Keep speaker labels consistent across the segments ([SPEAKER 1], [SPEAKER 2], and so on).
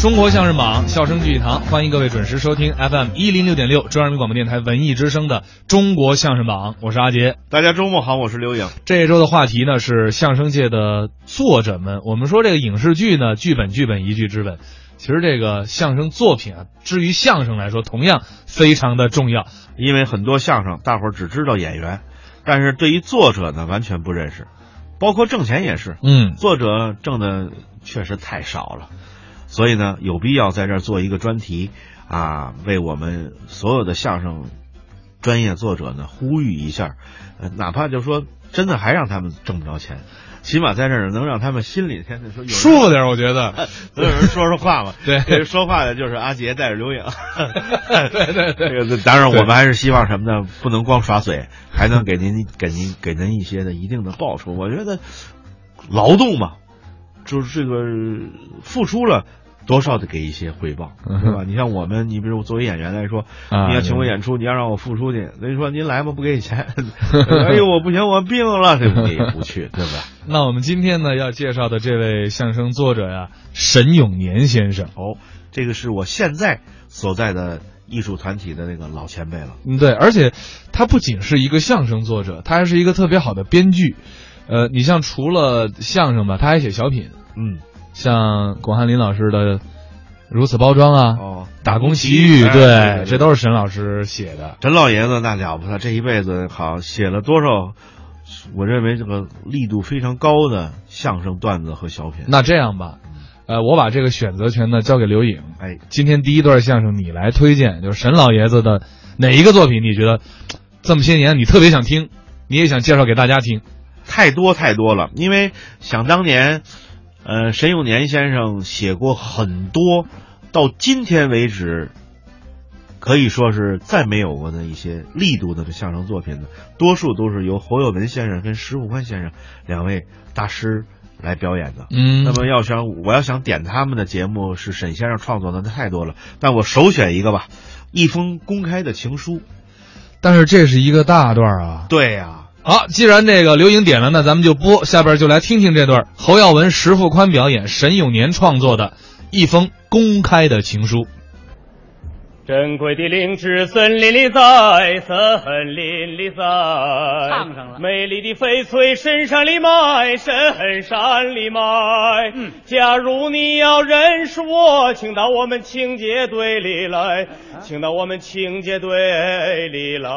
[SPEAKER 1] 中国相声榜，笑声聚一堂，欢迎各位准时收听 FM 一零六点六，中央人民广播电台文艺之声的《中国相声榜》，我是阿杰。
[SPEAKER 2] 大家周末好，我是刘颖。
[SPEAKER 1] 这一周的话题呢是相声界的作者们。我们说这个影视剧呢，剧本剧本一剧之本。其实这个相声作品啊，至于相声来说，同样非常的重要。
[SPEAKER 2] 因为很多相声，大伙儿只知道演员，但是对于作者呢，完全不认识。包括挣钱也是，
[SPEAKER 1] 嗯，
[SPEAKER 2] 作者挣的确实太少了，所以呢，有必要在这儿做一个专题啊，为我们所有的相声专业作者呢呼吁一下，呃哪怕就说真的还让他们挣不着钱，起码在这儿能让他们心里现在说有人
[SPEAKER 1] 舒服点，我觉得。。
[SPEAKER 2] 总有人说说话嘛
[SPEAKER 1] 对
[SPEAKER 2] 这说话的就是阿杰带着刘颖。
[SPEAKER 1] 对对对
[SPEAKER 2] 这个当然我们还是希望什么呢？不能光耍嘴，还能给您给您给您一些的一定的报酬。我觉得劳动嘛，就是这个付出了。多少得给一些回报，
[SPEAKER 1] 嗯
[SPEAKER 2] 对吧？你像我们，你比如作为演员来说，
[SPEAKER 1] 啊
[SPEAKER 2] 你要请我演出，你要让我付出去，那你说您来吗？不给 你钱，哎呦，我不行，我病了，对不对？也不去，对吧？
[SPEAKER 1] 那我们今天呢要介绍的这位相声作者呀、沈永年先生。
[SPEAKER 2] 哦，这个是我现在所在的艺术团体的那个老前辈了。
[SPEAKER 1] 嗯，对，而且他不仅是一个相声作者，他还是一个特别好的编剧。呃，你像除了相声吧，他还写小品，
[SPEAKER 2] 嗯，
[SPEAKER 1] 像巩汉林老师的《如此包装》啊，
[SPEAKER 2] 哦
[SPEAKER 1] 打工奇遇》
[SPEAKER 2] 哎
[SPEAKER 1] 对
[SPEAKER 2] 对，
[SPEAKER 1] 这都是沈老师写的。
[SPEAKER 2] 陈老爷子那了不得，这一辈子好写了多少？我认为这个力度非常高的相声段子和小品。
[SPEAKER 1] 那这样吧，呃，我把这个选择权呢交给刘颖。
[SPEAKER 2] 哎，
[SPEAKER 1] 今天第一段相声你来推荐，就是沈老爷子的哪一个作品？你觉得这么些年你特别想听，你也想介绍给大家听？
[SPEAKER 2] 太多太多了，因为想当年，呃，沈永年先生写过很多，到今天为止，可以说是再没有过的一些力度的相声作品呢，多数都是由侯耀文先生跟石富宽先生两位大师来表演的。
[SPEAKER 1] 嗯
[SPEAKER 2] 那么要想我要想点他们的节目，是沈先生创作的那太多了，但我首选一个吧，一封公开的情书。
[SPEAKER 1] 但是这是一个大段儿啊。
[SPEAKER 2] 对呀、
[SPEAKER 1] 好，既然这个刘颖点了，那咱们就播，下边就来听听这段侯耀文、石富宽表演，沈永年创作的一封公开的情书。
[SPEAKER 3] 珍贵的灵芝，森林里栽，森林里栽，
[SPEAKER 4] 唱上了
[SPEAKER 3] 美丽的翡翠，深山里埋，深山里埋。
[SPEAKER 4] 嗯
[SPEAKER 3] 假如你要认识我，请到我们清洁队里来，
[SPEAKER 4] 啊
[SPEAKER 3] 请到我们清洁队里来。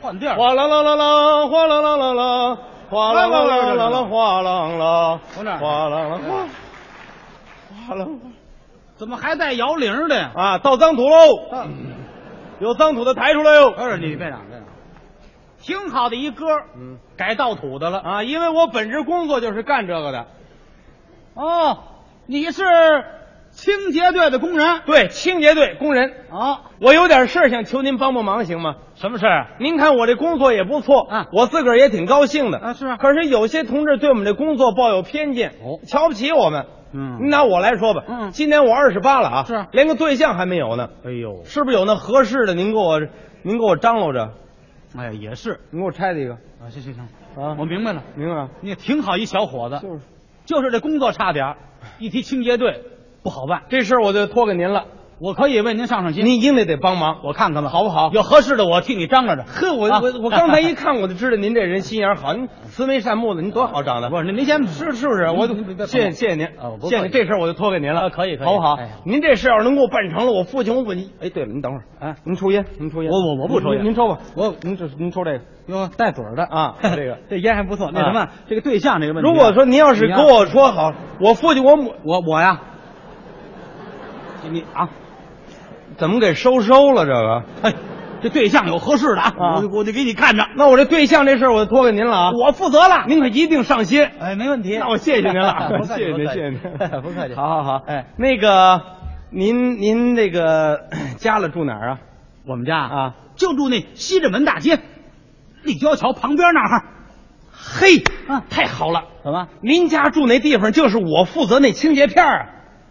[SPEAKER 4] 换地儿。
[SPEAKER 3] 哗啦啦啦啦，哗啦啦啦啦，哗啦啦啦啦啦，哗啦啦，
[SPEAKER 4] 从这儿嗯
[SPEAKER 3] 哗啦啦，哗哗啦
[SPEAKER 4] 怎么还带摇铃儿的呀？
[SPEAKER 3] 啊，倒脏土喽！
[SPEAKER 4] 啊
[SPEAKER 3] 嗯有脏土的抬出来哟！
[SPEAKER 4] 不是你别嚷别嚷，挺好的一歌，嗯，改盗土的了。
[SPEAKER 3] 啊，因为我本职工作就是干这个的。
[SPEAKER 4] 哦，你是清洁队的工人
[SPEAKER 3] 对，清洁队工人，
[SPEAKER 4] 哦，
[SPEAKER 3] 我有点事儿想求您帮帮忙，行吗？
[SPEAKER 4] 什么事儿？
[SPEAKER 3] 您看我这工作也不错，
[SPEAKER 4] 啊
[SPEAKER 3] 我自个儿也挺高兴的
[SPEAKER 4] 啊是啊
[SPEAKER 3] 可是有些同志对我们这工作抱有偏见，
[SPEAKER 4] 哦
[SPEAKER 3] 瞧不起我们。
[SPEAKER 4] 嗯
[SPEAKER 3] 您拿我来说吧，
[SPEAKER 4] 嗯
[SPEAKER 3] 今年我二十八了啊，
[SPEAKER 4] 是啊
[SPEAKER 3] 连个对象还没有呢，
[SPEAKER 4] 哎呦，
[SPEAKER 3] 是不是有那合适的？您给我，您给我张罗着，
[SPEAKER 4] 哎，也是
[SPEAKER 3] 您给我拆了一个
[SPEAKER 4] 啊，行行行，
[SPEAKER 3] 啊
[SPEAKER 4] 我明白了，
[SPEAKER 3] 明白吗？
[SPEAKER 4] 你也挺好一小伙子，
[SPEAKER 3] 就是
[SPEAKER 4] 就是这工作差点儿，一提清洁队不好办。
[SPEAKER 3] 这事儿我就托给您了，
[SPEAKER 4] 我可以为您上上心，
[SPEAKER 3] 您应该得帮忙。
[SPEAKER 4] 我看看吧，
[SPEAKER 3] 好不好
[SPEAKER 4] 有合适的我替你张罗着。
[SPEAKER 3] 呵，我
[SPEAKER 4] 啊
[SPEAKER 3] 我我刚才 一看我就知道您这人心眼儿好，您慈眉善目的，您多好长得。
[SPEAKER 4] 不是您您先
[SPEAKER 3] 是是不是？我
[SPEAKER 4] 您您别
[SPEAKER 3] 谢谢谢谢您
[SPEAKER 4] 啊我，不
[SPEAKER 3] 谢谢
[SPEAKER 4] 客
[SPEAKER 3] 您
[SPEAKER 4] 气
[SPEAKER 3] 这事儿我就托给您了，
[SPEAKER 4] 啊可以可以
[SPEAKER 3] 好不好
[SPEAKER 4] 哎？
[SPEAKER 3] 您这事要是能给我办成了，我父亲我本一。哎，对了，您等会儿，
[SPEAKER 4] 啊
[SPEAKER 3] 您抽烟，您抽烟，
[SPEAKER 4] 我我我不抽烟
[SPEAKER 3] 您您抽吧，我您这您抽这个。
[SPEAKER 4] 哟，带嘴儿的
[SPEAKER 3] 啊这个
[SPEAKER 4] 这烟还不错。那什么，
[SPEAKER 3] 啊
[SPEAKER 4] 这个对象这个问题啊，
[SPEAKER 3] 如果说您要是
[SPEAKER 4] 你
[SPEAKER 3] 跟
[SPEAKER 4] 啊
[SPEAKER 3] 我说好，我父亲我母
[SPEAKER 4] 我我呀，你啊，
[SPEAKER 3] 怎么给收收了这个？
[SPEAKER 4] 哎，这对象有合适的啊，
[SPEAKER 3] 啊
[SPEAKER 4] 我就我就给你看着，啊
[SPEAKER 3] 那我这对象这事儿我就托给您了啊，
[SPEAKER 4] 我负责了。
[SPEAKER 3] 您可一定上心。
[SPEAKER 4] 哎，没问题。
[SPEAKER 3] 那我谢谢您了，
[SPEAKER 4] 不客气
[SPEAKER 3] 谢谢您，谢谢您，
[SPEAKER 4] 不客气。
[SPEAKER 3] 好，好好，
[SPEAKER 4] 哎
[SPEAKER 3] 那个，您您那个 家了住哪儿啊？
[SPEAKER 4] 我们家
[SPEAKER 3] 啊，
[SPEAKER 4] 就住那西直门大街立交桥旁边那儿。嘿，啊，
[SPEAKER 3] 太好了，
[SPEAKER 4] 怎么
[SPEAKER 3] 您家住那地方就是我负责那清洁片儿啊。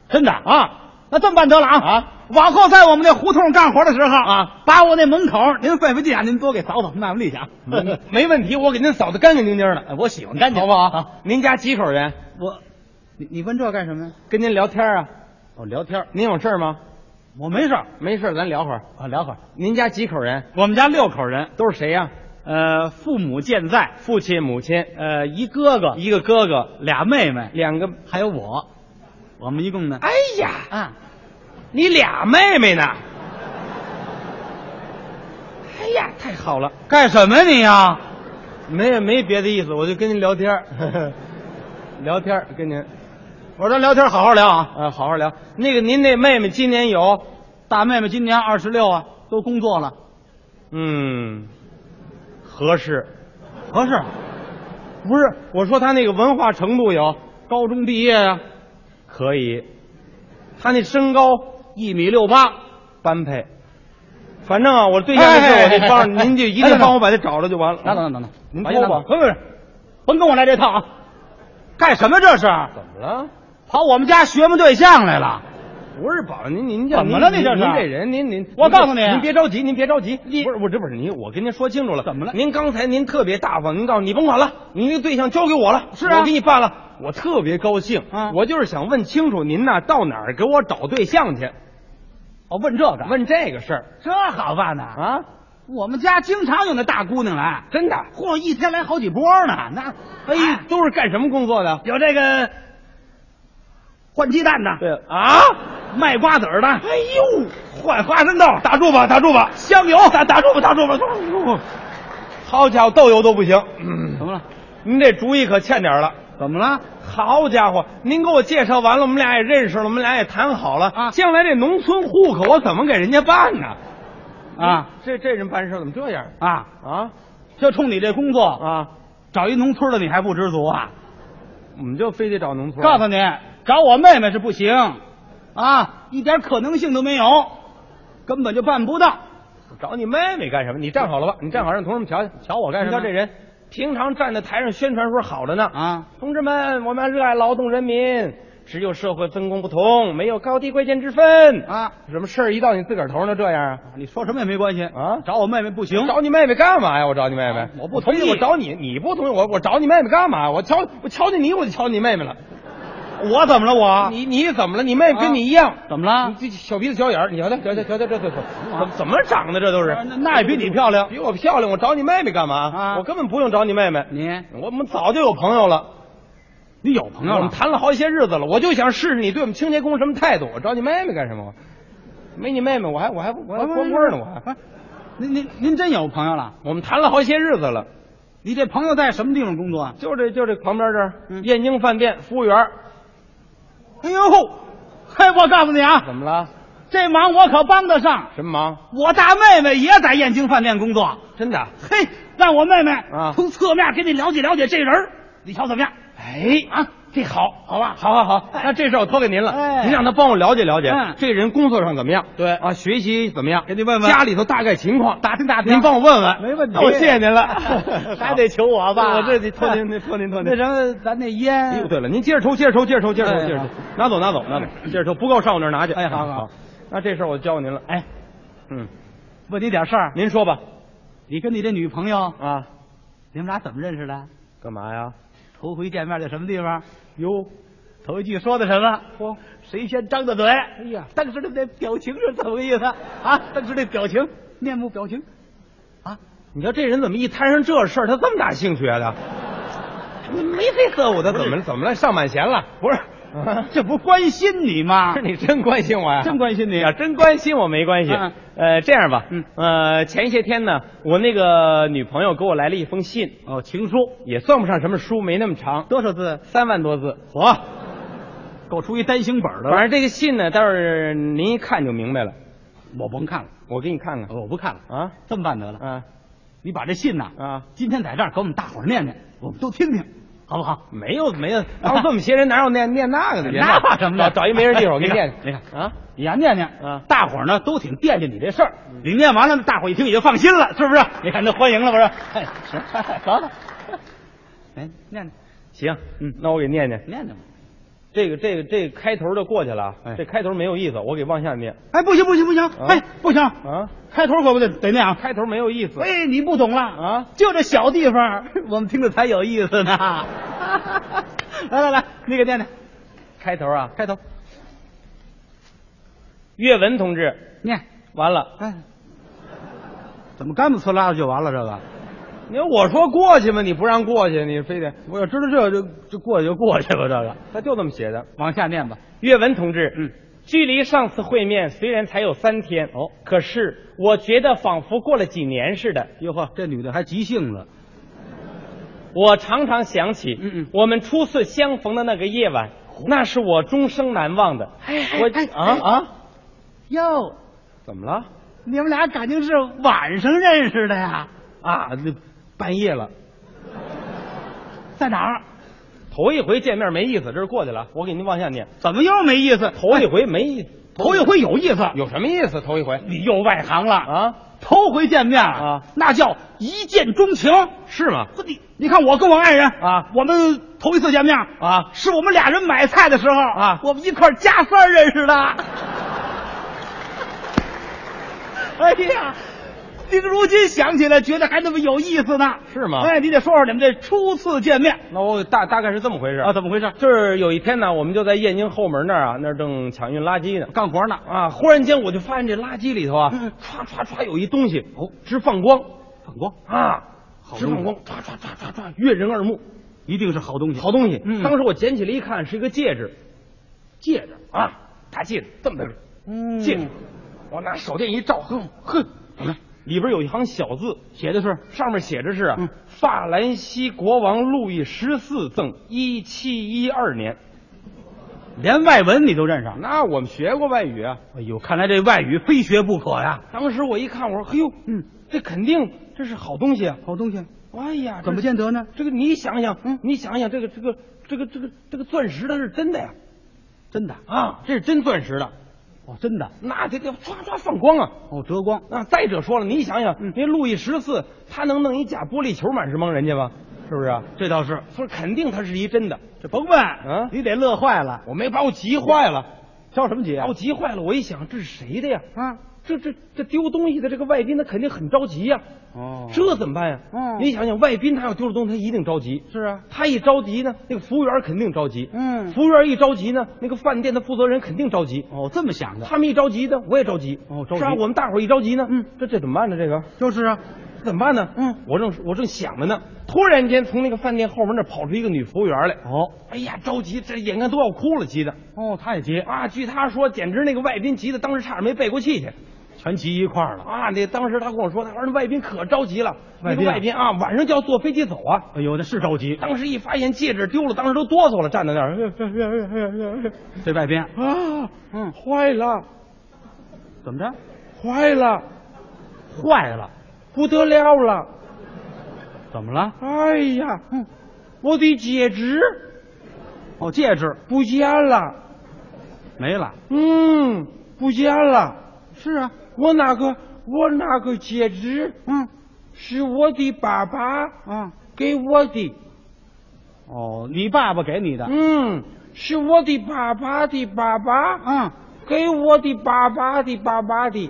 [SPEAKER 4] 真的啊？
[SPEAKER 3] 啊，
[SPEAKER 4] 那这么办得了啊？
[SPEAKER 3] 啊，
[SPEAKER 4] 往后在我们那胡同干活的时候
[SPEAKER 3] 啊，
[SPEAKER 4] 把我那门口您费费劲啊，您多给扫扫，卖卖力气啊。
[SPEAKER 3] 嗯没问题，我给您扫得干干净净的，
[SPEAKER 4] 哎我喜欢干净，
[SPEAKER 3] 好不好？
[SPEAKER 4] 啊
[SPEAKER 3] 您家几口人？
[SPEAKER 4] 我，你你问这干什么呀？
[SPEAKER 3] 跟您聊天啊？
[SPEAKER 4] 哦，聊天儿。
[SPEAKER 3] 您有事儿吗？
[SPEAKER 4] 我没事儿
[SPEAKER 3] 没事儿，咱聊会儿。
[SPEAKER 4] 啊，聊会儿。
[SPEAKER 3] 您家几口人？
[SPEAKER 4] 我们家六口人，
[SPEAKER 3] 都是谁呀、
[SPEAKER 4] 呃，父母健在，
[SPEAKER 3] 父亲、母亲，
[SPEAKER 4] 呃，一哥哥，
[SPEAKER 3] 一个哥哥，
[SPEAKER 4] 俩妹妹，
[SPEAKER 3] 两个。
[SPEAKER 4] 还有我，我们一共呢。
[SPEAKER 3] 哎呀，
[SPEAKER 4] 啊，
[SPEAKER 3] 你俩妹妹呢？哎呀，太好了，
[SPEAKER 4] 干什么你呀、
[SPEAKER 3] 没有没别的意思，我就跟您聊天儿，聊天儿跟您。我说咱聊天儿好好聊啊，呃，好好聊。那个您那妹妹今年有，
[SPEAKER 4] 大妹妹今年二十六啊，都工作了，
[SPEAKER 3] 嗯，合适。
[SPEAKER 4] 合适。
[SPEAKER 3] 不是，我说她那个文化程度有，
[SPEAKER 4] 高中毕业呀、
[SPEAKER 3] 可以。她那身高
[SPEAKER 4] 一米六八。
[SPEAKER 3] 般配。反正啊，我对象的事
[SPEAKER 4] 哎
[SPEAKER 3] 我就帮着，
[SPEAKER 4] 哎哎
[SPEAKER 3] 您就一定
[SPEAKER 4] 哎等等
[SPEAKER 3] 帮我把他找着就完了。
[SPEAKER 4] 等等等等，
[SPEAKER 3] 您
[SPEAKER 4] 王爷
[SPEAKER 3] 说吧
[SPEAKER 4] 等等不是，甭跟我来这套啊！干什么这是？啊
[SPEAKER 3] 怎么了？
[SPEAKER 4] 跑我们家学摸对象来了？
[SPEAKER 3] 不是宝，您您这
[SPEAKER 4] 怎么了
[SPEAKER 3] 您
[SPEAKER 4] 这是啊
[SPEAKER 3] 您这人，您您，
[SPEAKER 4] 我告诉你啊
[SPEAKER 3] 您别着急，您别着急，
[SPEAKER 4] 你
[SPEAKER 3] 不是我这不是您，我跟您说清楚了，
[SPEAKER 4] 怎么了
[SPEAKER 3] 您刚才您特别大方，您告诉你甭管了，您那个对象交给我了，
[SPEAKER 4] 是啊
[SPEAKER 3] 我给你办了，我特别高兴
[SPEAKER 4] 啊
[SPEAKER 3] 我就是想问清楚您呐到哪儿给我找对象去，
[SPEAKER 4] 哦，问这个，
[SPEAKER 3] 问这个事儿
[SPEAKER 4] 这好办呢啊！
[SPEAKER 3] 啊，
[SPEAKER 4] 我们家经常有那大姑娘来，
[SPEAKER 3] 真的，
[SPEAKER 4] 嚯，一天来好几波呢。那
[SPEAKER 3] 哎
[SPEAKER 4] 哎，，
[SPEAKER 3] 都是干什么工作的？
[SPEAKER 4] 有这个换鸡蛋的，
[SPEAKER 3] 对啊，
[SPEAKER 4] 卖瓜子儿的，哎呦，
[SPEAKER 3] 换花生豆，打住吧，打住吧，
[SPEAKER 4] 香油，打打住吧，打住吧，打住吧！
[SPEAKER 3] 好家伙，豆油都不行，嗯
[SPEAKER 4] 怎么了？
[SPEAKER 3] 您这主意可欠点儿了。
[SPEAKER 4] 怎么了？
[SPEAKER 3] 好家伙，您给我介绍完了，我们俩也认识了，我们俩也谈好了
[SPEAKER 4] 啊
[SPEAKER 3] 将来这农村户口我怎么给人家办呢？
[SPEAKER 4] 啊
[SPEAKER 3] 这这人办事怎么这样
[SPEAKER 4] 啊！
[SPEAKER 3] 啊
[SPEAKER 4] 就冲你这工作，
[SPEAKER 3] 啊？
[SPEAKER 4] 找一农村的你还不知足啊？
[SPEAKER 3] 我们就非得找农村？
[SPEAKER 4] 告诉你，找我妹妹是不行，啊，一点可能性都没有，根本就办不到。
[SPEAKER 3] 找你妹妹干什么？你站好了吧，你站好，让同志们瞧瞧，瞧我
[SPEAKER 4] 干什么
[SPEAKER 3] 你瞧这人，平常站在台上宣传说好着呢
[SPEAKER 4] 啊！
[SPEAKER 3] 同志们，我们热爱劳动人民，只有社会分工不同，没有高低贵贱之分
[SPEAKER 4] 啊！
[SPEAKER 3] 什么事儿一到你自个儿头上就这样啊？
[SPEAKER 4] 你说什么也没关系
[SPEAKER 3] 啊
[SPEAKER 4] 找我妹妹不行，
[SPEAKER 3] 找你妹妹干嘛呀？我找你妹妹，
[SPEAKER 4] 我不同意
[SPEAKER 3] 非得我找你，你不同意我，我找你妹妹干嘛？我瞧我瞧见你，我就瞧你妹妹了。
[SPEAKER 4] 我怎么了我？
[SPEAKER 3] 你你怎么了？你妹妹跟你一样，
[SPEAKER 4] 怎么了
[SPEAKER 3] 你？这小鼻子小眼儿，你瞧瞧瞧瞧瞧瞧这这怎么怎么长的？这都是
[SPEAKER 4] 啊啊那那也比你漂亮
[SPEAKER 3] 比我漂亮。我找你妹妹干嘛？
[SPEAKER 4] 啊
[SPEAKER 3] 我根本不用找你妹妹，
[SPEAKER 4] 你
[SPEAKER 3] 我们早就有朋友了，
[SPEAKER 4] 你有朋友
[SPEAKER 3] 我
[SPEAKER 4] 了
[SPEAKER 3] 们？谈了好些日子了。我就想试试你对我们清洁工什么态度。我找你妹妹干什么？没你妹妹，我还我还我还光棍呢，我还。
[SPEAKER 4] 哎您您您真有朋友了？
[SPEAKER 3] 我们谈了好些日子了。
[SPEAKER 4] 你这朋友在什么地方工作啊？
[SPEAKER 3] 就这就这旁边这儿，
[SPEAKER 4] 嗯
[SPEAKER 3] 燕京饭店服务员儿
[SPEAKER 4] 哎呦，嘿，我告诉你啊，
[SPEAKER 3] 怎么了？
[SPEAKER 4] 这忙我可帮得上。
[SPEAKER 3] 什么忙？
[SPEAKER 4] 我大妹妹也在燕京饭店工作，
[SPEAKER 3] 真的？
[SPEAKER 4] 嘿，让我妹妹
[SPEAKER 3] 啊
[SPEAKER 4] 从侧面给你了解了解这人儿，你瞧怎么样？
[SPEAKER 3] 哎
[SPEAKER 4] 啊，这好，好吧，
[SPEAKER 3] 好好好，那这事儿我托给您了，
[SPEAKER 4] 哎
[SPEAKER 3] 您让他帮我了解了解，
[SPEAKER 4] 嗯
[SPEAKER 3] 这人工作上怎么样？
[SPEAKER 4] 对
[SPEAKER 3] 啊，学习怎么样？
[SPEAKER 4] 给你问问
[SPEAKER 3] 家里头大概情况，
[SPEAKER 4] 打听打听
[SPEAKER 3] 您 帮我问问，
[SPEAKER 4] 没问题，
[SPEAKER 3] 那我谢谢 您了
[SPEAKER 4] 还得求我吧
[SPEAKER 3] 我这得托 您， 托您，托您。
[SPEAKER 4] 那什么，咱那
[SPEAKER 3] 哎呦
[SPEAKER 4] 烟，
[SPEAKER 3] 对了，您接着抽，接着抽，接着抽，接着抽，
[SPEAKER 4] 哎
[SPEAKER 3] 接着抽
[SPEAKER 4] 好，
[SPEAKER 3] 拿走，拿走，拿走，接着抽，不够上我那儿拿去。啊
[SPEAKER 4] 哎好好
[SPEAKER 3] 好，那这事儿我交给您了。
[SPEAKER 4] 哎，
[SPEAKER 3] 嗯，
[SPEAKER 4] 问你点事儿，
[SPEAKER 3] 您说吧。
[SPEAKER 4] 你跟你这女朋友，
[SPEAKER 3] 啊，
[SPEAKER 4] 你们俩怎么认识的？
[SPEAKER 3] 干嘛呀？
[SPEAKER 4] 头回见面在什么地方？
[SPEAKER 3] 哟，
[SPEAKER 4] 头一句说的什么？
[SPEAKER 3] 嚯，
[SPEAKER 4] 谁先张的嘴？哎呀，当时的那表情是怎么个意思啊？当时那表情，面部表情，啊，
[SPEAKER 3] 你瞧这人怎么一摊上这事儿，他这么大兴趣啊？他你眉飞色舞的，怎么了？怎么了？上满弦了？不是，
[SPEAKER 4] 啊这不关心你 吗
[SPEAKER 3] 是？你啊真关心我呀？
[SPEAKER 4] 真关心你
[SPEAKER 3] 要真关心我没关系
[SPEAKER 4] 嗯。
[SPEAKER 3] 呃，这样吧，
[SPEAKER 4] 嗯
[SPEAKER 3] 呃，前些天呢，我那个女朋友给我来了一封信，
[SPEAKER 4] 哦，情书
[SPEAKER 3] 也算不上什么书，没那么长，
[SPEAKER 4] 多少字？
[SPEAKER 3] 三万多字。
[SPEAKER 4] 嚯，够出一单行本的
[SPEAKER 3] 反
[SPEAKER 4] 了。
[SPEAKER 3] 正这个信呢，待会儿您一看就明白了。
[SPEAKER 4] 我甭看了，
[SPEAKER 3] 我给你看看
[SPEAKER 4] 我不看了。
[SPEAKER 3] 啊
[SPEAKER 4] 这么办得了，
[SPEAKER 3] 啊
[SPEAKER 4] 你把这信呐，
[SPEAKER 3] 啊！
[SPEAKER 4] 今天在这儿给我们大伙儿念念，我们都听听，好不好？
[SPEAKER 3] 没有没有，当这么些人哪有念念那个的？别
[SPEAKER 4] 那
[SPEAKER 3] 闹
[SPEAKER 4] 什么的
[SPEAKER 3] 找找一没人地方，我给你 念。
[SPEAKER 4] 你看你
[SPEAKER 3] 啊，
[SPEAKER 4] 你哎呀念念，
[SPEAKER 3] 啊
[SPEAKER 4] 大伙儿呢都挺惦记你这事儿。你念完了，大伙儿一听也就放心了，是不是？你看这欢迎了，不是？哎，行， 好了，哎，念念，
[SPEAKER 3] 行，
[SPEAKER 4] 嗯
[SPEAKER 3] 那我给念念。
[SPEAKER 4] 念念吧。
[SPEAKER 3] 这个这个这个开头就过去了啊，
[SPEAKER 4] 哎
[SPEAKER 3] 这开头没有意思，我给往下 念
[SPEAKER 4] 哎，不行不行不行，哎，不行，
[SPEAKER 3] 啊，
[SPEAKER 4] 开头可不得得念啊。
[SPEAKER 3] 开头没有意思。
[SPEAKER 4] 哎，你不懂了
[SPEAKER 3] 啊，
[SPEAKER 4] 就这小地方， 我们听着才有 意思呢。来来来，你给念念
[SPEAKER 3] 开头啊，
[SPEAKER 4] 开头。
[SPEAKER 5] 岳文同志，
[SPEAKER 4] 念，
[SPEAKER 5] 完了，
[SPEAKER 4] 哎，怎么干不呲啦就完了？这个
[SPEAKER 3] 你说我说过去嘛，你不让过去，你非得我要知道这就就过去就过去吧，这个他就这么写的。
[SPEAKER 4] 往下念吧。
[SPEAKER 5] 岳文同志，
[SPEAKER 4] 嗯，
[SPEAKER 5] 距离上次会面虽然才有三天，哦，可是我觉得仿佛过了几年似的。
[SPEAKER 4] 哟呵，这女的还即兴了。
[SPEAKER 5] 我常常想起，
[SPEAKER 4] 嗯嗯
[SPEAKER 5] 我们初次相逢的那个夜晚，那是我终生难忘的。
[SPEAKER 3] 哎
[SPEAKER 5] 我啊啊，
[SPEAKER 4] 哟，
[SPEAKER 3] 怎么了？
[SPEAKER 4] 你们俩感情是晚上认识的呀？
[SPEAKER 3] 啊，那半夜了，
[SPEAKER 4] 在哪儿？
[SPEAKER 3] 头一回见面没意思，这是过去了。我给您往下念，
[SPEAKER 4] 怎么又没意思？
[SPEAKER 3] 头哎一回没意思，
[SPEAKER 4] 头一回有意思，
[SPEAKER 3] 有什么意思？头一回
[SPEAKER 4] 你又外行了啊！
[SPEAKER 3] 啊，
[SPEAKER 4] 头回见面
[SPEAKER 3] 啊，
[SPEAKER 4] 那叫一见钟情。
[SPEAKER 3] 是吗？
[SPEAKER 4] 不你你看我跟我爱人
[SPEAKER 3] 啊
[SPEAKER 4] 我们头一次见面
[SPEAKER 3] 啊，
[SPEAKER 4] 是我们俩人买菜的时候
[SPEAKER 3] 啊
[SPEAKER 4] 我们一块儿加三儿认识的。 哎呀，这个如今想起来，觉得还那么有意思呢。
[SPEAKER 3] 是吗
[SPEAKER 4] 哎，你得说说你们这初次见面
[SPEAKER 3] 那我大大概是这么回事
[SPEAKER 4] 啊，怎么回事？
[SPEAKER 3] 就是有一天呢，我们就在燕京后门那儿啊，那儿正抢运垃圾呢。
[SPEAKER 4] 干活呢？嗯
[SPEAKER 3] 啊！忽然间我就发现这垃圾里头啊，歘歘歘有一东西，哦，直放光
[SPEAKER 4] 反光，
[SPEAKER 3] 啊，
[SPEAKER 4] 好
[SPEAKER 3] 直
[SPEAKER 4] 东
[SPEAKER 3] 放
[SPEAKER 4] 西
[SPEAKER 3] 光，歘歘歘歘歘，悦人耳目，
[SPEAKER 4] 一定是好东西。
[SPEAKER 3] 好东西。
[SPEAKER 4] 嗯
[SPEAKER 3] 当时我捡起来一看，是一个戒指
[SPEAKER 4] 戒指，
[SPEAKER 3] 啊，大戒指，这么大个
[SPEAKER 4] 嗯
[SPEAKER 3] 戒指，我拿手电一照，哼哼，里边有一行小字，
[SPEAKER 4] 写的是
[SPEAKER 3] 上面写着是啊
[SPEAKER 4] 嗯
[SPEAKER 3] 法兰西国王路易十四赠一七一二年。
[SPEAKER 4] 连外文你都认识。啊
[SPEAKER 3] 那我们学过外语啊。
[SPEAKER 4] 哎呦，看来这外语非学不可呀。
[SPEAKER 3] 当时我一看，我说：“嘿哎呦，
[SPEAKER 4] 嗯，
[SPEAKER 3] 这肯定这是好东西啊！
[SPEAKER 4] 好东西，
[SPEAKER 3] 哎呀，
[SPEAKER 4] 怎么见得呢？
[SPEAKER 3] 这个你想想，
[SPEAKER 4] 嗯
[SPEAKER 3] 你想想这个这个这个这个这个钻石它是真的呀，
[SPEAKER 4] 真的
[SPEAKER 3] 啊，这是真钻石的，
[SPEAKER 4] 哦，真的
[SPEAKER 3] 那这这唰唰放光啊！
[SPEAKER 4] 哦，折光
[SPEAKER 3] 啊，再者说了，你想想，
[SPEAKER 4] 嗯
[SPEAKER 3] 那路易十四他能弄一假玻璃球满是蒙人家吗？是不是啊？
[SPEAKER 4] 这倒是，
[SPEAKER 3] 他说肯定它是一真的，
[SPEAKER 4] 这甭问，
[SPEAKER 3] 嗯
[SPEAKER 4] 你得乐坏了，
[SPEAKER 3] 我没把我急坏了，
[SPEAKER 4] 着什么急
[SPEAKER 3] 把
[SPEAKER 4] 啊
[SPEAKER 3] 我？急坏了。我一想，这是谁的呀？
[SPEAKER 4] 啊，
[SPEAKER 3] 这这这丢东西的这个外宾，他肯定很着急呀、
[SPEAKER 4] 哦
[SPEAKER 3] 这怎么办呀？
[SPEAKER 4] 嗯
[SPEAKER 3] 你想想，外宾他要丢了东西，他一定着急。
[SPEAKER 4] 是啊，
[SPEAKER 3] 他一着急呢，那个服务员肯定着急。
[SPEAKER 4] 嗯
[SPEAKER 3] 服务员一着急呢，那个饭店的负责人肯定着急。
[SPEAKER 4] 哦，这么想的，
[SPEAKER 3] 他们一着急呢，我也着急。
[SPEAKER 4] 哦着急
[SPEAKER 3] 是啊，我们大伙儿一着急呢，
[SPEAKER 4] 嗯，
[SPEAKER 3] 这这怎么办呢？这个
[SPEAKER 4] 就是啊，
[SPEAKER 3] 怎么办呢？
[SPEAKER 4] 嗯，
[SPEAKER 3] 我正我正想着呢，突然间从那个饭店后门那儿跑出一个女服务员来。
[SPEAKER 4] 哦
[SPEAKER 3] 哎呀，着急，这眼看都要哭了，急的
[SPEAKER 4] 哦，他也急，
[SPEAKER 3] 啊！据他说，简直那个外宾急的，当时差点没背过气去。
[SPEAKER 4] 全急一块儿了。
[SPEAKER 3] 啊，那当时他跟我说，他说那外宾可着急了，那
[SPEAKER 4] 外宾
[SPEAKER 3] 个
[SPEAKER 4] 啊
[SPEAKER 3] 外宾啊，晚上就要坐飞机走啊。
[SPEAKER 4] 哎呦，那是着急，
[SPEAKER 3] 当时一发现戒指丢了，当时都哆嗦了，站在那 儿，
[SPEAKER 4] 这外边，
[SPEAKER 3] 啊，
[SPEAKER 4] 嗯，
[SPEAKER 3] 坏了，
[SPEAKER 4] 怎么着？
[SPEAKER 3] 坏了，
[SPEAKER 4] 坏了，
[SPEAKER 3] 不得了了，
[SPEAKER 4] 怎么了？
[SPEAKER 3] 哎呀，
[SPEAKER 4] 嗯，
[SPEAKER 3] 我的戒指
[SPEAKER 4] 哦，戒指
[SPEAKER 3] 不见了，
[SPEAKER 4] 没了。
[SPEAKER 3] 嗯，不见了，
[SPEAKER 4] 是啊，
[SPEAKER 3] 我那个我那个戒指
[SPEAKER 4] 嗯
[SPEAKER 3] 是我的爸爸
[SPEAKER 4] 啊，
[SPEAKER 3] 给我的，
[SPEAKER 4] 哦，你爸爸给你的，
[SPEAKER 3] 嗯，是我的爸爸的爸爸，
[SPEAKER 4] 嗯，
[SPEAKER 3] 给我的爸爸的爸爸的。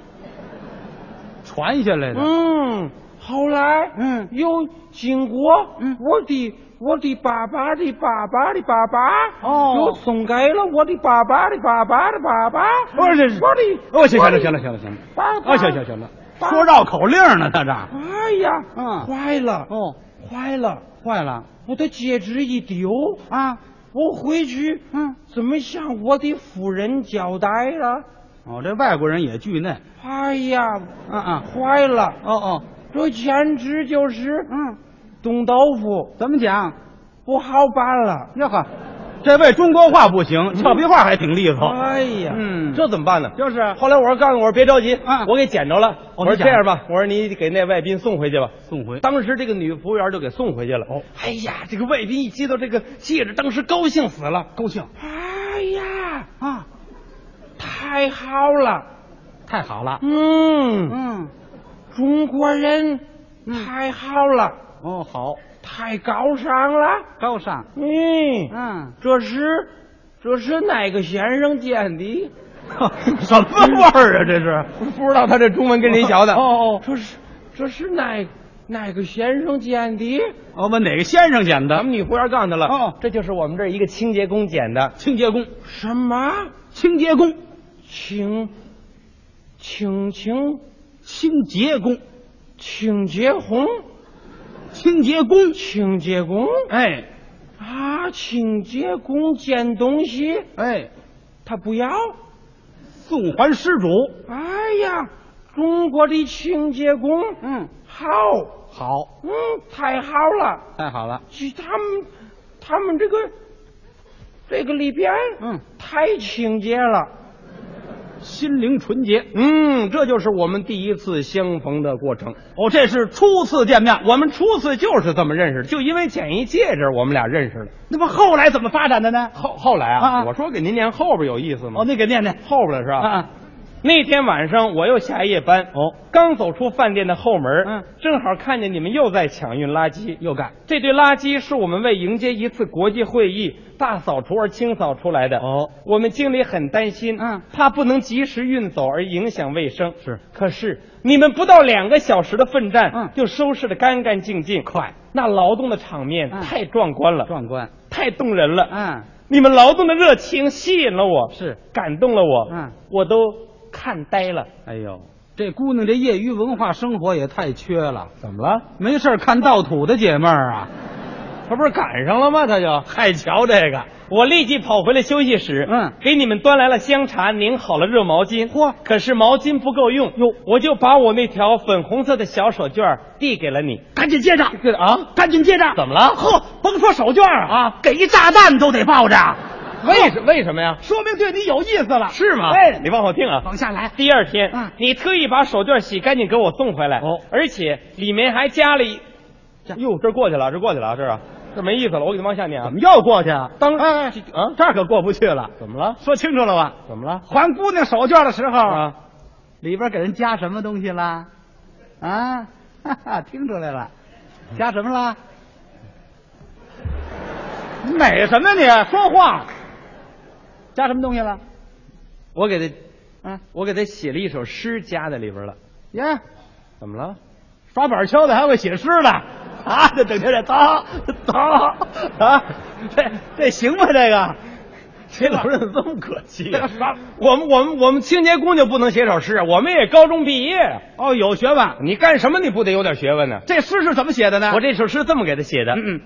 [SPEAKER 4] 传下来的，
[SPEAKER 3] 嗯，后来
[SPEAKER 4] 嗯
[SPEAKER 3] 又经过
[SPEAKER 4] 嗯
[SPEAKER 3] 我的我的爸爸的爸爸的爸爸
[SPEAKER 4] 哦
[SPEAKER 3] 又送给了我的爸爸的爸爸的爸爸。
[SPEAKER 4] 不是是
[SPEAKER 3] 我的，
[SPEAKER 4] 哦，行
[SPEAKER 3] 我
[SPEAKER 4] 行了，
[SPEAKER 3] 的
[SPEAKER 4] 行了，行了，行了，
[SPEAKER 3] 爸爸
[SPEAKER 4] 啊，行行行了，
[SPEAKER 3] 爸
[SPEAKER 4] 说绕口令呢，他这，
[SPEAKER 3] 哎呀，
[SPEAKER 4] 嗯
[SPEAKER 3] 坏了，
[SPEAKER 4] 哦，
[SPEAKER 3] 坏了，
[SPEAKER 4] 坏了
[SPEAKER 3] 我的戒指一丢，
[SPEAKER 4] 啊，
[SPEAKER 3] 我回去
[SPEAKER 4] 嗯，
[SPEAKER 3] 怎么向我的夫人交代了？
[SPEAKER 4] 哦，这外国人也惧内，
[SPEAKER 3] 哎呀，
[SPEAKER 4] 啊啊，
[SPEAKER 3] 坏了，
[SPEAKER 4] 哦哦，
[SPEAKER 3] 这简直就是
[SPEAKER 4] 嗯，
[SPEAKER 3] 冻豆腐，
[SPEAKER 4] 怎么讲？
[SPEAKER 3] 不好办了。
[SPEAKER 4] 哟呵，这位中国话不行，俏皮话还挺利索。
[SPEAKER 3] 哎呀，
[SPEAKER 4] 嗯
[SPEAKER 3] 这怎么办呢？
[SPEAKER 4] 就是啊
[SPEAKER 3] 后来我说告诉我说别着急，
[SPEAKER 4] 啊
[SPEAKER 3] 我给捡着了。
[SPEAKER 4] 哦
[SPEAKER 3] 我说
[SPEAKER 4] 你捡
[SPEAKER 3] 这样吧，我说你给那外宾送回去吧。
[SPEAKER 4] 送回
[SPEAKER 3] 当时这个女服务员就给送回去了。哦，哎呀，这个外宾一接到这个戒指，当时高兴死了。
[SPEAKER 4] 高兴
[SPEAKER 3] 哎呀，
[SPEAKER 4] 啊，
[SPEAKER 3] 太好了，
[SPEAKER 4] 太好了。
[SPEAKER 3] 嗯，
[SPEAKER 4] 嗯，
[SPEAKER 3] 中国人太好了，
[SPEAKER 4] 哦，好，
[SPEAKER 3] 太高尚了，
[SPEAKER 4] 高尚。
[SPEAKER 3] 嗯，
[SPEAKER 4] 嗯，
[SPEAKER 3] 这是这是哪个先生捡的？
[SPEAKER 4] 什么味儿啊？这是
[SPEAKER 3] 不知道他这中文跟谁学的。
[SPEAKER 4] 哦哦
[SPEAKER 3] 这是这是哪哪个先生捡的？
[SPEAKER 4] 哦，问哪个先生
[SPEAKER 3] 咱
[SPEAKER 4] 捡的？
[SPEAKER 3] 们女服务员告诉他了，
[SPEAKER 4] 哦
[SPEAKER 3] 这就是我们这儿一个清洁工捡的。
[SPEAKER 4] 清洁工，
[SPEAKER 3] 什么
[SPEAKER 4] 清洁工，
[SPEAKER 3] 清请情
[SPEAKER 4] 清洁工，
[SPEAKER 3] 请结红，
[SPEAKER 4] 清洁工，
[SPEAKER 3] 请结工
[SPEAKER 4] 哎
[SPEAKER 3] 啊，请结工捡东西，
[SPEAKER 4] 哎，
[SPEAKER 3] 他不要。
[SPEAKER 4] 送还失主，
[SPEAKER 3] 哎呀，中国的清洁工，
[SPEAKER 4] 嗯，
[SPEAKER 3] 好，
[SPEAKER 4] 好，
[SPEAKER 3] 嗯，太好了。
[SPEAKER 4] 太好了，
[SPEAKER 3] 其他们，他们这个这个里边，
[SPEAKER 4] 嗯，
[SPEAKER 3] 太清洁了。
[SPEAKER 4] 心灵纯洁。
[SPEAKER 3] 嗯，这就是我们第一次相逢的过程。
[SPEAKER 4] 哦，这是初次见面，
[SPEAKER 3] 我们初次就是这么认识的，就因为捡一戒指，我们俩认识的。
[SPEAKER 4] 那么后来怎么发展的呢？
[SPEAKER 3] 后后来
[SPEAKER 4] 啊啊
[SPEAKER 3] 啊，我说给您念后边有意思吗
[SPEAKER 4] 哦，？那给念念
[SPEAKER 3] 后边的是吧？
[SPEAKER 4] 啊，
[SPEAKER 3] 那天晚上我又下夜班，
[SPEAKER 4] 哦，
[SPEAKER 3] 刚走出饭店的后门，
[SPEAKER 4] 嗯，
[SPEAKER 3] 正好看见你们又在抢运垃圾。
[SPEAKER 4] 又干
[SPEAKER 3] 这堆垃圾是我们为迎接一次国际会议大扫除而清扫出来的。
[SPEAKER 4] 哦，
[SPEAKER 3] 我们经理很担心，
[SPEAKER 4] 嗯
[SPEAKER 3] 怕不能及时运走而影响卫生。
[SPEAKER 4] 是，
[SPEAKER 3] 可是你们不到两个小时的奋战，
[SPEAKER 4] 嗯
[SPEAKER 3] 就收拾的干干净净，
[SPEAKER 4] 快，
[SPEAKER 3] 那劳动的场面
[SPEAKER 4] 嗯
[SPEAKER 3] 太壮观了，
[SPEAKER 4] 壮观，
[SPEAKER 3] 太动人了。
[SPEAKER 4] 嗯，
[SPEAKER 3] 你们劳动的热情吸引了我，
[SPEAKER 4] 是
[SPEAKER 3] 感动了我，
[SPEAKER 4] 嗯，
[SPEAKER 3] 我都看呆了。
[SPEAKER 4] 哎呦，这姑娘这业余文化生活也太缺了，
[SPEAKER 3] 怎么了？
[SPEAKER 4] 没事儿看盗土的姐妹儿啊，
[SPEAKER 3] 他不是赶上了吗？他就嗨，瞧这个！我立即跑回了休息室，
[SPEAKER 4] 嗯
[SPEAKER 3] 给你们端来了香茶，拧好了热毛巾。嚯！可是毛巾不够用，哟，我就把我那条粉红色的小手绢递给了你。
[SPEAKER 4] 赶紧接着
[SPEAKER 3] 啊，
[SPEAKER 4] 赶紧接着，
[SPEAKER 3] 怎么了？
[SPEAKER 4] 呵，甭说手绢儿啊，给一炸弹都得抱着，
[SPEAKER 3] 为什为什么呀？
[SPEAKER 4] 说明对你有意思了，
[SPEAKER 3] 是吗？
[SPEAKER 4] 哎，
[SPEAKER 3] 你往后听啊。
[SPEAKER 4] 往下来，
[SPEAKER 3] 第二天，
[SPEAKER 4] 嗯
[SPEAKER 3] 你特意把手绢洗干净给我送回来，
[SPEAKER 4] 哦
[SPEAKER 3] 而且里面还加了一
[SPEAKER 4] 这，
[SPEAKER 3] 哟，这过去了，这过去了啊，这啊，这没意思了，我给你往下念啊。
[SPEAKER 4] 怎么又过去啊？
[SPEAKER 3] 当
[SPEAKER 4] 哎哎
[SPEAKER 3] 啊，
[SPEAKER 4] 这儿可过不去了，
[SPEAKER 3] 怎么了？
[SPEAKER 4] 说清楚了吧？
[SPEAKER 3] 怎么了？
[SPEAKER 4] 还姑娘手绢的时候，
[SPEAKER 3] 啊，
[SPEAKER 4] 里边给人加什么东西啦？啊， 哈哈，听出来了，加什么啦？你美什么你？说话，加什么东西了？
[SPEAKER 3] 我给他，
[SPEAKER 4] 啊，
[SPEAKER 3] 我给他写了一首诗，加在里边了。
[SPEAKER 4] 耶，
[SPEAKER 3] 怎么了？
[SPEAKER 4] 刷板锹的还会写诗呢，啊，这整天这叨叨啊，这这行吗？这个，这老人怎么这么可气呀、
[SPEAKER 3] 啊我们我们我们清洁工就不能写首诗啊？我们也高中毕业啊，
[SPEAKER 4] 哦，有学问，
[SPEAKER 3] 你干什么你不得有点学问呢？
[SPEAKER 4] 这诗是怎么写的呢？
[SPEAKER 3] 我这首诗这么给他写的：
[SPEAKER 4] 嗯嗯，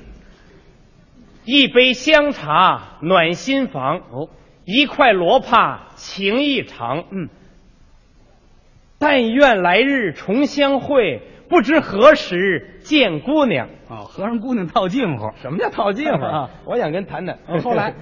[SPEAKER 3] 一杯香茶暖心房，哦，一块罗帕情意长。
[SPEAKER 4] 嗯，
[SPEAKER 3] 但愿来日重相会，不知何时见姑娘。
[SPEAKER 4] 哦，和尚姑娘套近乎，
[SPEAKER 3] 什么叫套近乎
[SPEAKER 4] 啊？哦
[SPEAKER 3] 我想跟谈谈。
[SPEAKER 4] 后来。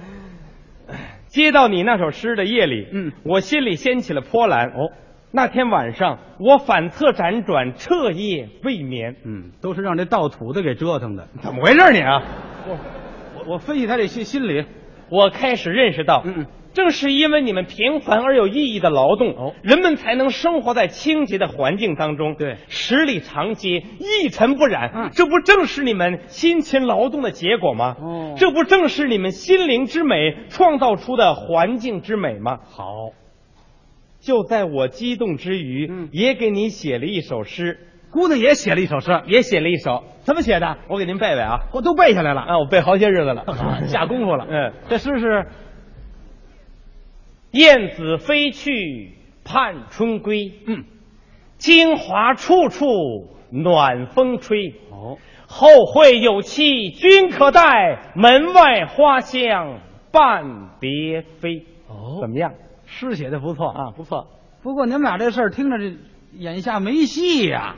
[SPEAKER 3] 接到你那首诗的夜里，
[SPEAKER 4] 嗯
[SPEAKER 3] 我心里掀起了波澜。哦，那天晚上我反侧辗转，彻夜未眠。
[SPEAKER 4] 嗯，都是让这盗土的给折腾的。
[SPEAKER 3] 怎么回事你啊？
[SPEAKER 4] 我我分析他这心心理，
[SPEAKER 3] 我开始认识到，
[SPEAKER 4] 嗯嗯
[SPEAKER 3] 正是因为你们平凡而有意义的劳动，
[SPEAKER 4] 哦
[SPEAKER 3] 人们才能生活在清洁的环境当中。
[SPEAKER 4] 对
[SPEAKER 3] 十里长街一尘不染，
[SPEAKER 4] 嗯
[SPEAKER 3] 这不正是你们辛勤劳动的结果吗？
[SPEAKER 4] 哦
[SPEAKER 3] 这不正是你们心灵之美创造出的环境之美吗？
[SPEAKER 4] 好，
[SPEAKER 3] 就在我激动之余，
[SPEAKER 4] 嗯
[SPEAKER 3] 也给你写了一首诗，
[SPEAKER 4] 姑娘也写了一首诗，
[SPEAKER 3] 也写了一首，
[SPEAKER 4] 怎么写的？
[SPEAKER 3] 我给您背背啊。
[SPEAKER 4] 我都背下来了。
[SPEAKER 3] 啊，我背好些日子了，
[SPEAKER 4] 下功夫了
[SPEAKER 3] 嗯，
[SPEAKER 4] 这诗是
[SPEAKER 3] 燕子飞去盼春归，
[SPEAKER 4] 嗯，
[SPEAKER 3] 京华处处暖风吹。
[SPEAKER 4] 哦，
[SPEAKER 3] 后会有期君可待，门外花香伴别飞。
[SPEAKER 4] 哦
[SPEAKER 3] 怎么样
[SPEAKER 4] 诗写的不错啊。
[SPEAKER 3] 啊？不错。
[SPEAKER 4] 不过你们俩这事儿听着这眼下没戏呀、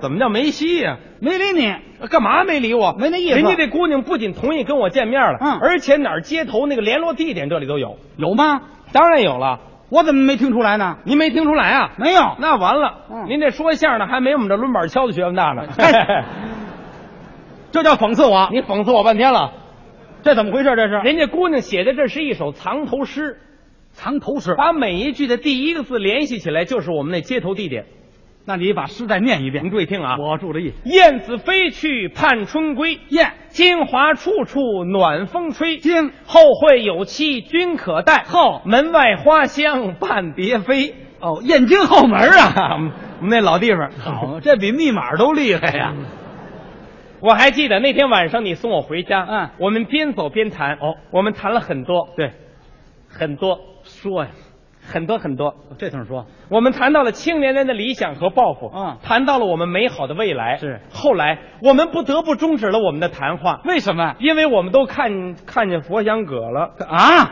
[SPEAKER 3] 怎么叫没戏呀、
[SPEAKER 4] 没理你。
[SPEAKER 3] 干嘛没理我？
[SPEAKER 4] 没那意思
[SPEAKER 3] 人家这姑娘不仅同意跟我见面了，
[SPEAKER 4] 嗯
[SPEAKER 3] 而且哪儿街头那个联络地点这里都有。
[SPEAKER 4] 有吗？
[SPEAKER 3] 当然有了，
[SPEAKER 4] 我怎么没听出来呢？
[SPEAKER 3] 您没听出来啊？
[SPEAKER 4] 没有。
[SPEAKER 3] 那完了，
[SPEAKER 4] 嗯
[SPEAKER 3] 您这说相声的还没我们这抡板敲的学问大 呢。
[SPEAKER 4] 这叫讽刺我，
[SPEAKER 3] 你讽刺我半天了。
[SPEAKER 4] 这怎么回事？这是
[SPEAKER 3] 人家姑娘写的这是一首藏头诗，
[SPEAKER 4] 藏头诗。
[SPEAKER 3] 把每一句的第一个字联系起来，就是我们那街头地点。
[SPEAKER 4] 那你把诗再念一遍
[SPEAKER 3] 您。注意听啊！
[SPEAKER 4] 我注意。
[SPEAKER 3] 燕子飞去盼春归，
[SPEAKER 4] 燕
[SPEAKER 3] 京华处处暖风吹。
[SPEAKER 4] 京
[SPEAKER 3] 后会有期君可待，
[SPEAKER 4] 后
[SPEAKER 3] 门外花香伴别飞。
[SPEAKER 4] 哦，燕京后门啊。
[SPEAKER 3] 我们 我们那老地方。嗯
[SPEAKER 4] 好，这比密码都厉害呀、
[SPEAKER 3] 我还记得那天晚上你送我回家，
[SPEAKER 4] 嗯
[SPEAKER 3] 我们边走边谈，哦，我们谈了很多，对，很多说呀，很多很多。
[SPEAKER 4] 这通说，
[SPEAKER 3] 我们谈到了青年人的理想和抱负，
[SPEAKER 4] 嗯
[SPEAKER 3] 谈到了我们美好的未来。
[SPEAKER 4] 是
[SPEAKER 3] 后来我们不得不终止了我们的谈话，
[SPEAKER 4] 为什么
[SPEAKER 3] 因为我们都看看见佛香阁了
[SPEAKER 4] 啊？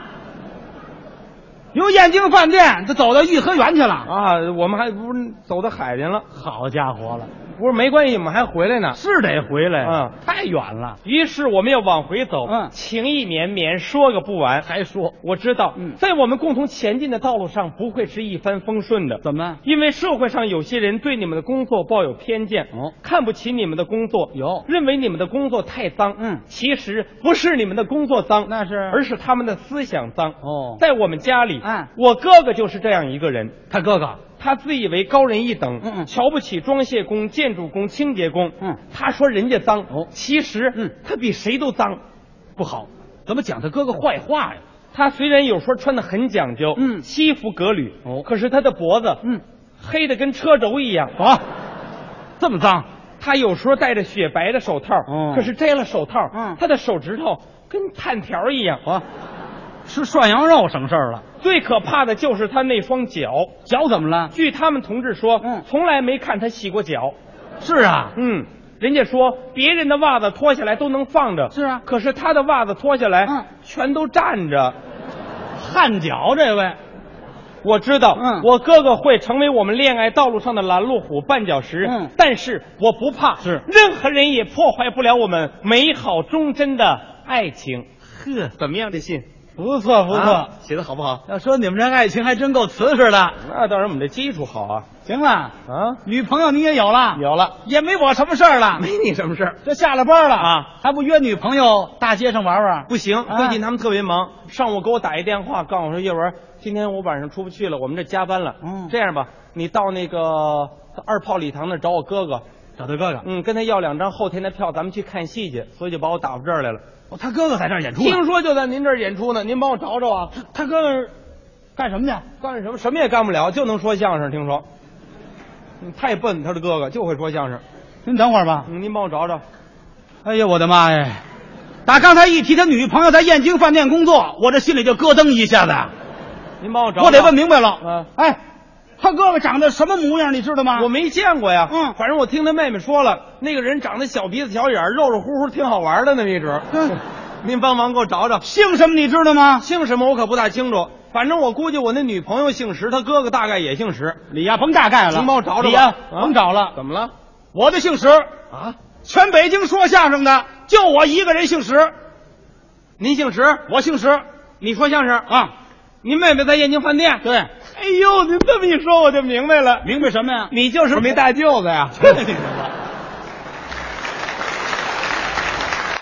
[SPEAKER 4] 由燕京饭店，这走到颐和园去了。
[SPEAKER 3] 啊！我们还不是走到海上了，
[SPEAKER 4] 好家伙了，
[SPEAKER 3] 不是没关系，我们还回来呢。
[SPEAKER 4] 是得回来
[SPEAKER 3] 嗯
[SPEAKER 4] 太远了。
[SPEAKER 3] 于是我们要往回走，
[SPEAKER 4] 嗯
[SPEAKER 3] 情意绵绵，说个不完。
[SPEAKER 4] 还说
[SPEAKER 3] 我知道，
[SPEAKER 4] 嗯
[SPEAKER 3] 在我们共同前进的道路上，不会是一帆风顺的。
[SPEAKER 4] 怎么？
[SPEAKER 3] 因为社会上有些人对你们的工作抱有偏见，
[SPEAKER 4] 哦
[SPEAKER 3] 看不起你们的工作，
[SPEAKER 4] 有
[SPEAKER 3] 认为你们的工作太脏，
[SPEAKER 4] 嗯
[SPEAKER 3] 其实不是你们的工作脏，
[SPEAKER 4] 那是
[SPEAKER 3] 而是他们的思想脏。
[SPEAKER 4] 哦
[SPEAKER 3] 在我们家里，
[SPEAKER 4] 嗯
[SPEAKER 3] 我哥哥就是这样一个人，
[SPEAKER 4] 他哥哥
[SPEAKER 3] 他自以为高人一等，
[SPEAKER 4] 嗯嗯
[SPEAKER 3] 瞧不起装卸工、建筑工、清洁工，
[SPEAKER 4] 嗯
[SPEAKER 3] 他说人家脏，
[SPEAKER 4] 哦
[SPEAKER 3] 其实，
[SPEAKER 4] 嗯
[SPEAKER 3] 他比谁都脏。
[SPEAKER 4] 不好，怎么讲他哥哥坏话呀？
[SPEAKER 3] 他虽然有时候穿的很讲究，
[SPEAKER 4] 嗯
[SPEAKER 3] 西服革履，
[SPEAKER 4] 哦
[SPEAKER 3] 可是他的脖子，
[SPEAKER 4] 嗯，
[SPEAKER 3] 黑的跟车轴一样。
[SPEAKER 4] 好，这么脏，
[SPEAKER 3] 他有时候戴着雪白的手套，
[SPEAKER 4] 哦
[SPEAKER 3] 可是摘了手套，
[SPEAKER 4] 嗯
[SPEAKER 3] 他的手指头跟炭条一样。
[SPEAKER 4] 好，吃涮羊肉省事儿了。
[SPEAKER 3] 最可怕的就是他那双脚，
[SPEAKER 4] 脚怎么了？
[SPEAKER 3] 据他们同志说，
[SPEAKER 4] 嗯
[SPEAKER 3] 从来没看他洗过脚。
[SPEAKER 4] 是啊，
[SPEAKER 3] 嗯，人家说别人的袜子脱下来都能放着，
[SPEAKER 4] 是啊
[SPEAKER 3] 可是他的袜子脱下来，
[SPEAKER 4] 嗯
[SPEAKER 3] 全都站着。
[SPEAKER 4] 汗脚这位，
[SPEAKER 3] 我知道，
[SPEAKER 4] 嗯
[SPEAKER 3] 我哥哥会成为我们恋爱道路上的拦路虎、绊脚石，
[SPEAKER 4] 嗯
[SPEAKER 3] 但是我不怕，
[SPEAKER 4] 是
[SPEAKER 3] 任何人也破坏不了我们美好忠贞的爱情。
[SPEAKER 4] 呵，
[SPEAKER 3] 怎么样，这信
[SPEAKER 4] 不错不错。
[SPEAKER 3] 啊写的好不好？
[SPEAKER 4] 要说你们这爱情还真够瓷实的。
[SPEAKER 3] 那当然，我们这基础好啊
[SPEAKER 4] 行了，
[SPEAKER 3] 啊，
[SPEAKER 4] 女朋友你也有了，
[SPEAKER 3] 有了，
[SPEAKER 4] 也没我什么事儿了。
[SPEAKER 3] 没你什么事儿。
[SPEAKER 4] 这下了班了
[SPEAKER 3] 啊，
[SPEAKER 4] 还不约女朋友大街上玩玩？
[SPEAKER 3] 不行，
[SPEAKER 4] 啊
[SPEAKER 3] 最近他们特别忙。上午给我打一电话，告诉我说叶文，今天我晚上出不去了，我们这加班了。
[SPEAKER 4] 嗯
[SPEAKER 3] 这样吧，你到那个二炮礼堂那儿找我哥哥，
[SPEAKER 4] 找他哥哥，
[SPEAKER 3] 嗯，跟他要两张后天的票，咱们去看戏去。所以就把我打到这儿来了。啊
[SPEAKER 4] 哦，他哥哥在这儿演出呢。
[SPEAKER 3] 听说就在您这儿演出呢，您帮我找找啊。
[SPEAKER 4] 他哥哥干什么去？
[SPEAKER 3] 干什么什么也干不了，就能说相声。听说，嗯太笨，他的哥哥就会说相声。
[SPEAKER 4] 您等会儿吧。
[SPEAKER 3] 嗯您帮我找找。
[SPEAKER 4] 哎呀，我的妈呀！打刚才一提他女朋友在燕京饭店工作，我这心里就咯噔一下子，
[SPEAKER 3] 您帮我找找，
[SPEAKER 4] 我得问明白了。
[SPEAKER 3] 嗯
[SPEAKER 4] 哎，他哥哥长得什么模样，你知道吗？
[SPEAKER 3] 我没见过呀，
[SPEAKER 4] 嗯
[SPEAKER 3] 反正我听他妹妹说了，那个人长得小鼻子小眼儿，肉肉乎乎，挺好玩的呢，一 直。
[SPEAKER 4] 嗯
[SPEAKER 3] 您帮忙给我找找，
[SPEAKER 4] 姓什么，你知道吗？
[SPEAKER 3] 姓什么我可不大清楚，反正我估计我那女朋友姓石，她哥哥大概也姓石。
[SPEAKER 4] 李亚鹏大概了，
[SPEAKER 3] 您帮我找找吧
[SPEAKER 4] 李亚
[SPEAKER 3] 啊
[SPEAKER 4] 甭找了，
[SPEAKER 3] 怎么了？
[SPEAKER 4] 我的姓石，
[SPEAKER 3] 啊？
[SPEAKER 4] 全北京说相声的就我一个人姓石，
[SPEAKER 3] 您姓石？
[SPEAKER 4] 我姓石
[SPEAKER 3] 你说相声啊？
[SPEAKER 4] 啊。
[SPEAKER 3] 您妹妹在燕京饭店？
[SPEAKER 4] 对，
[SPEAKER 3] 哎呦，您这么一说我就明白了，
[SPEAKER 4] 明白什么呀？
[SPEAKER 3] 你就是没大舅子呀。
[SPEAKER 4] 你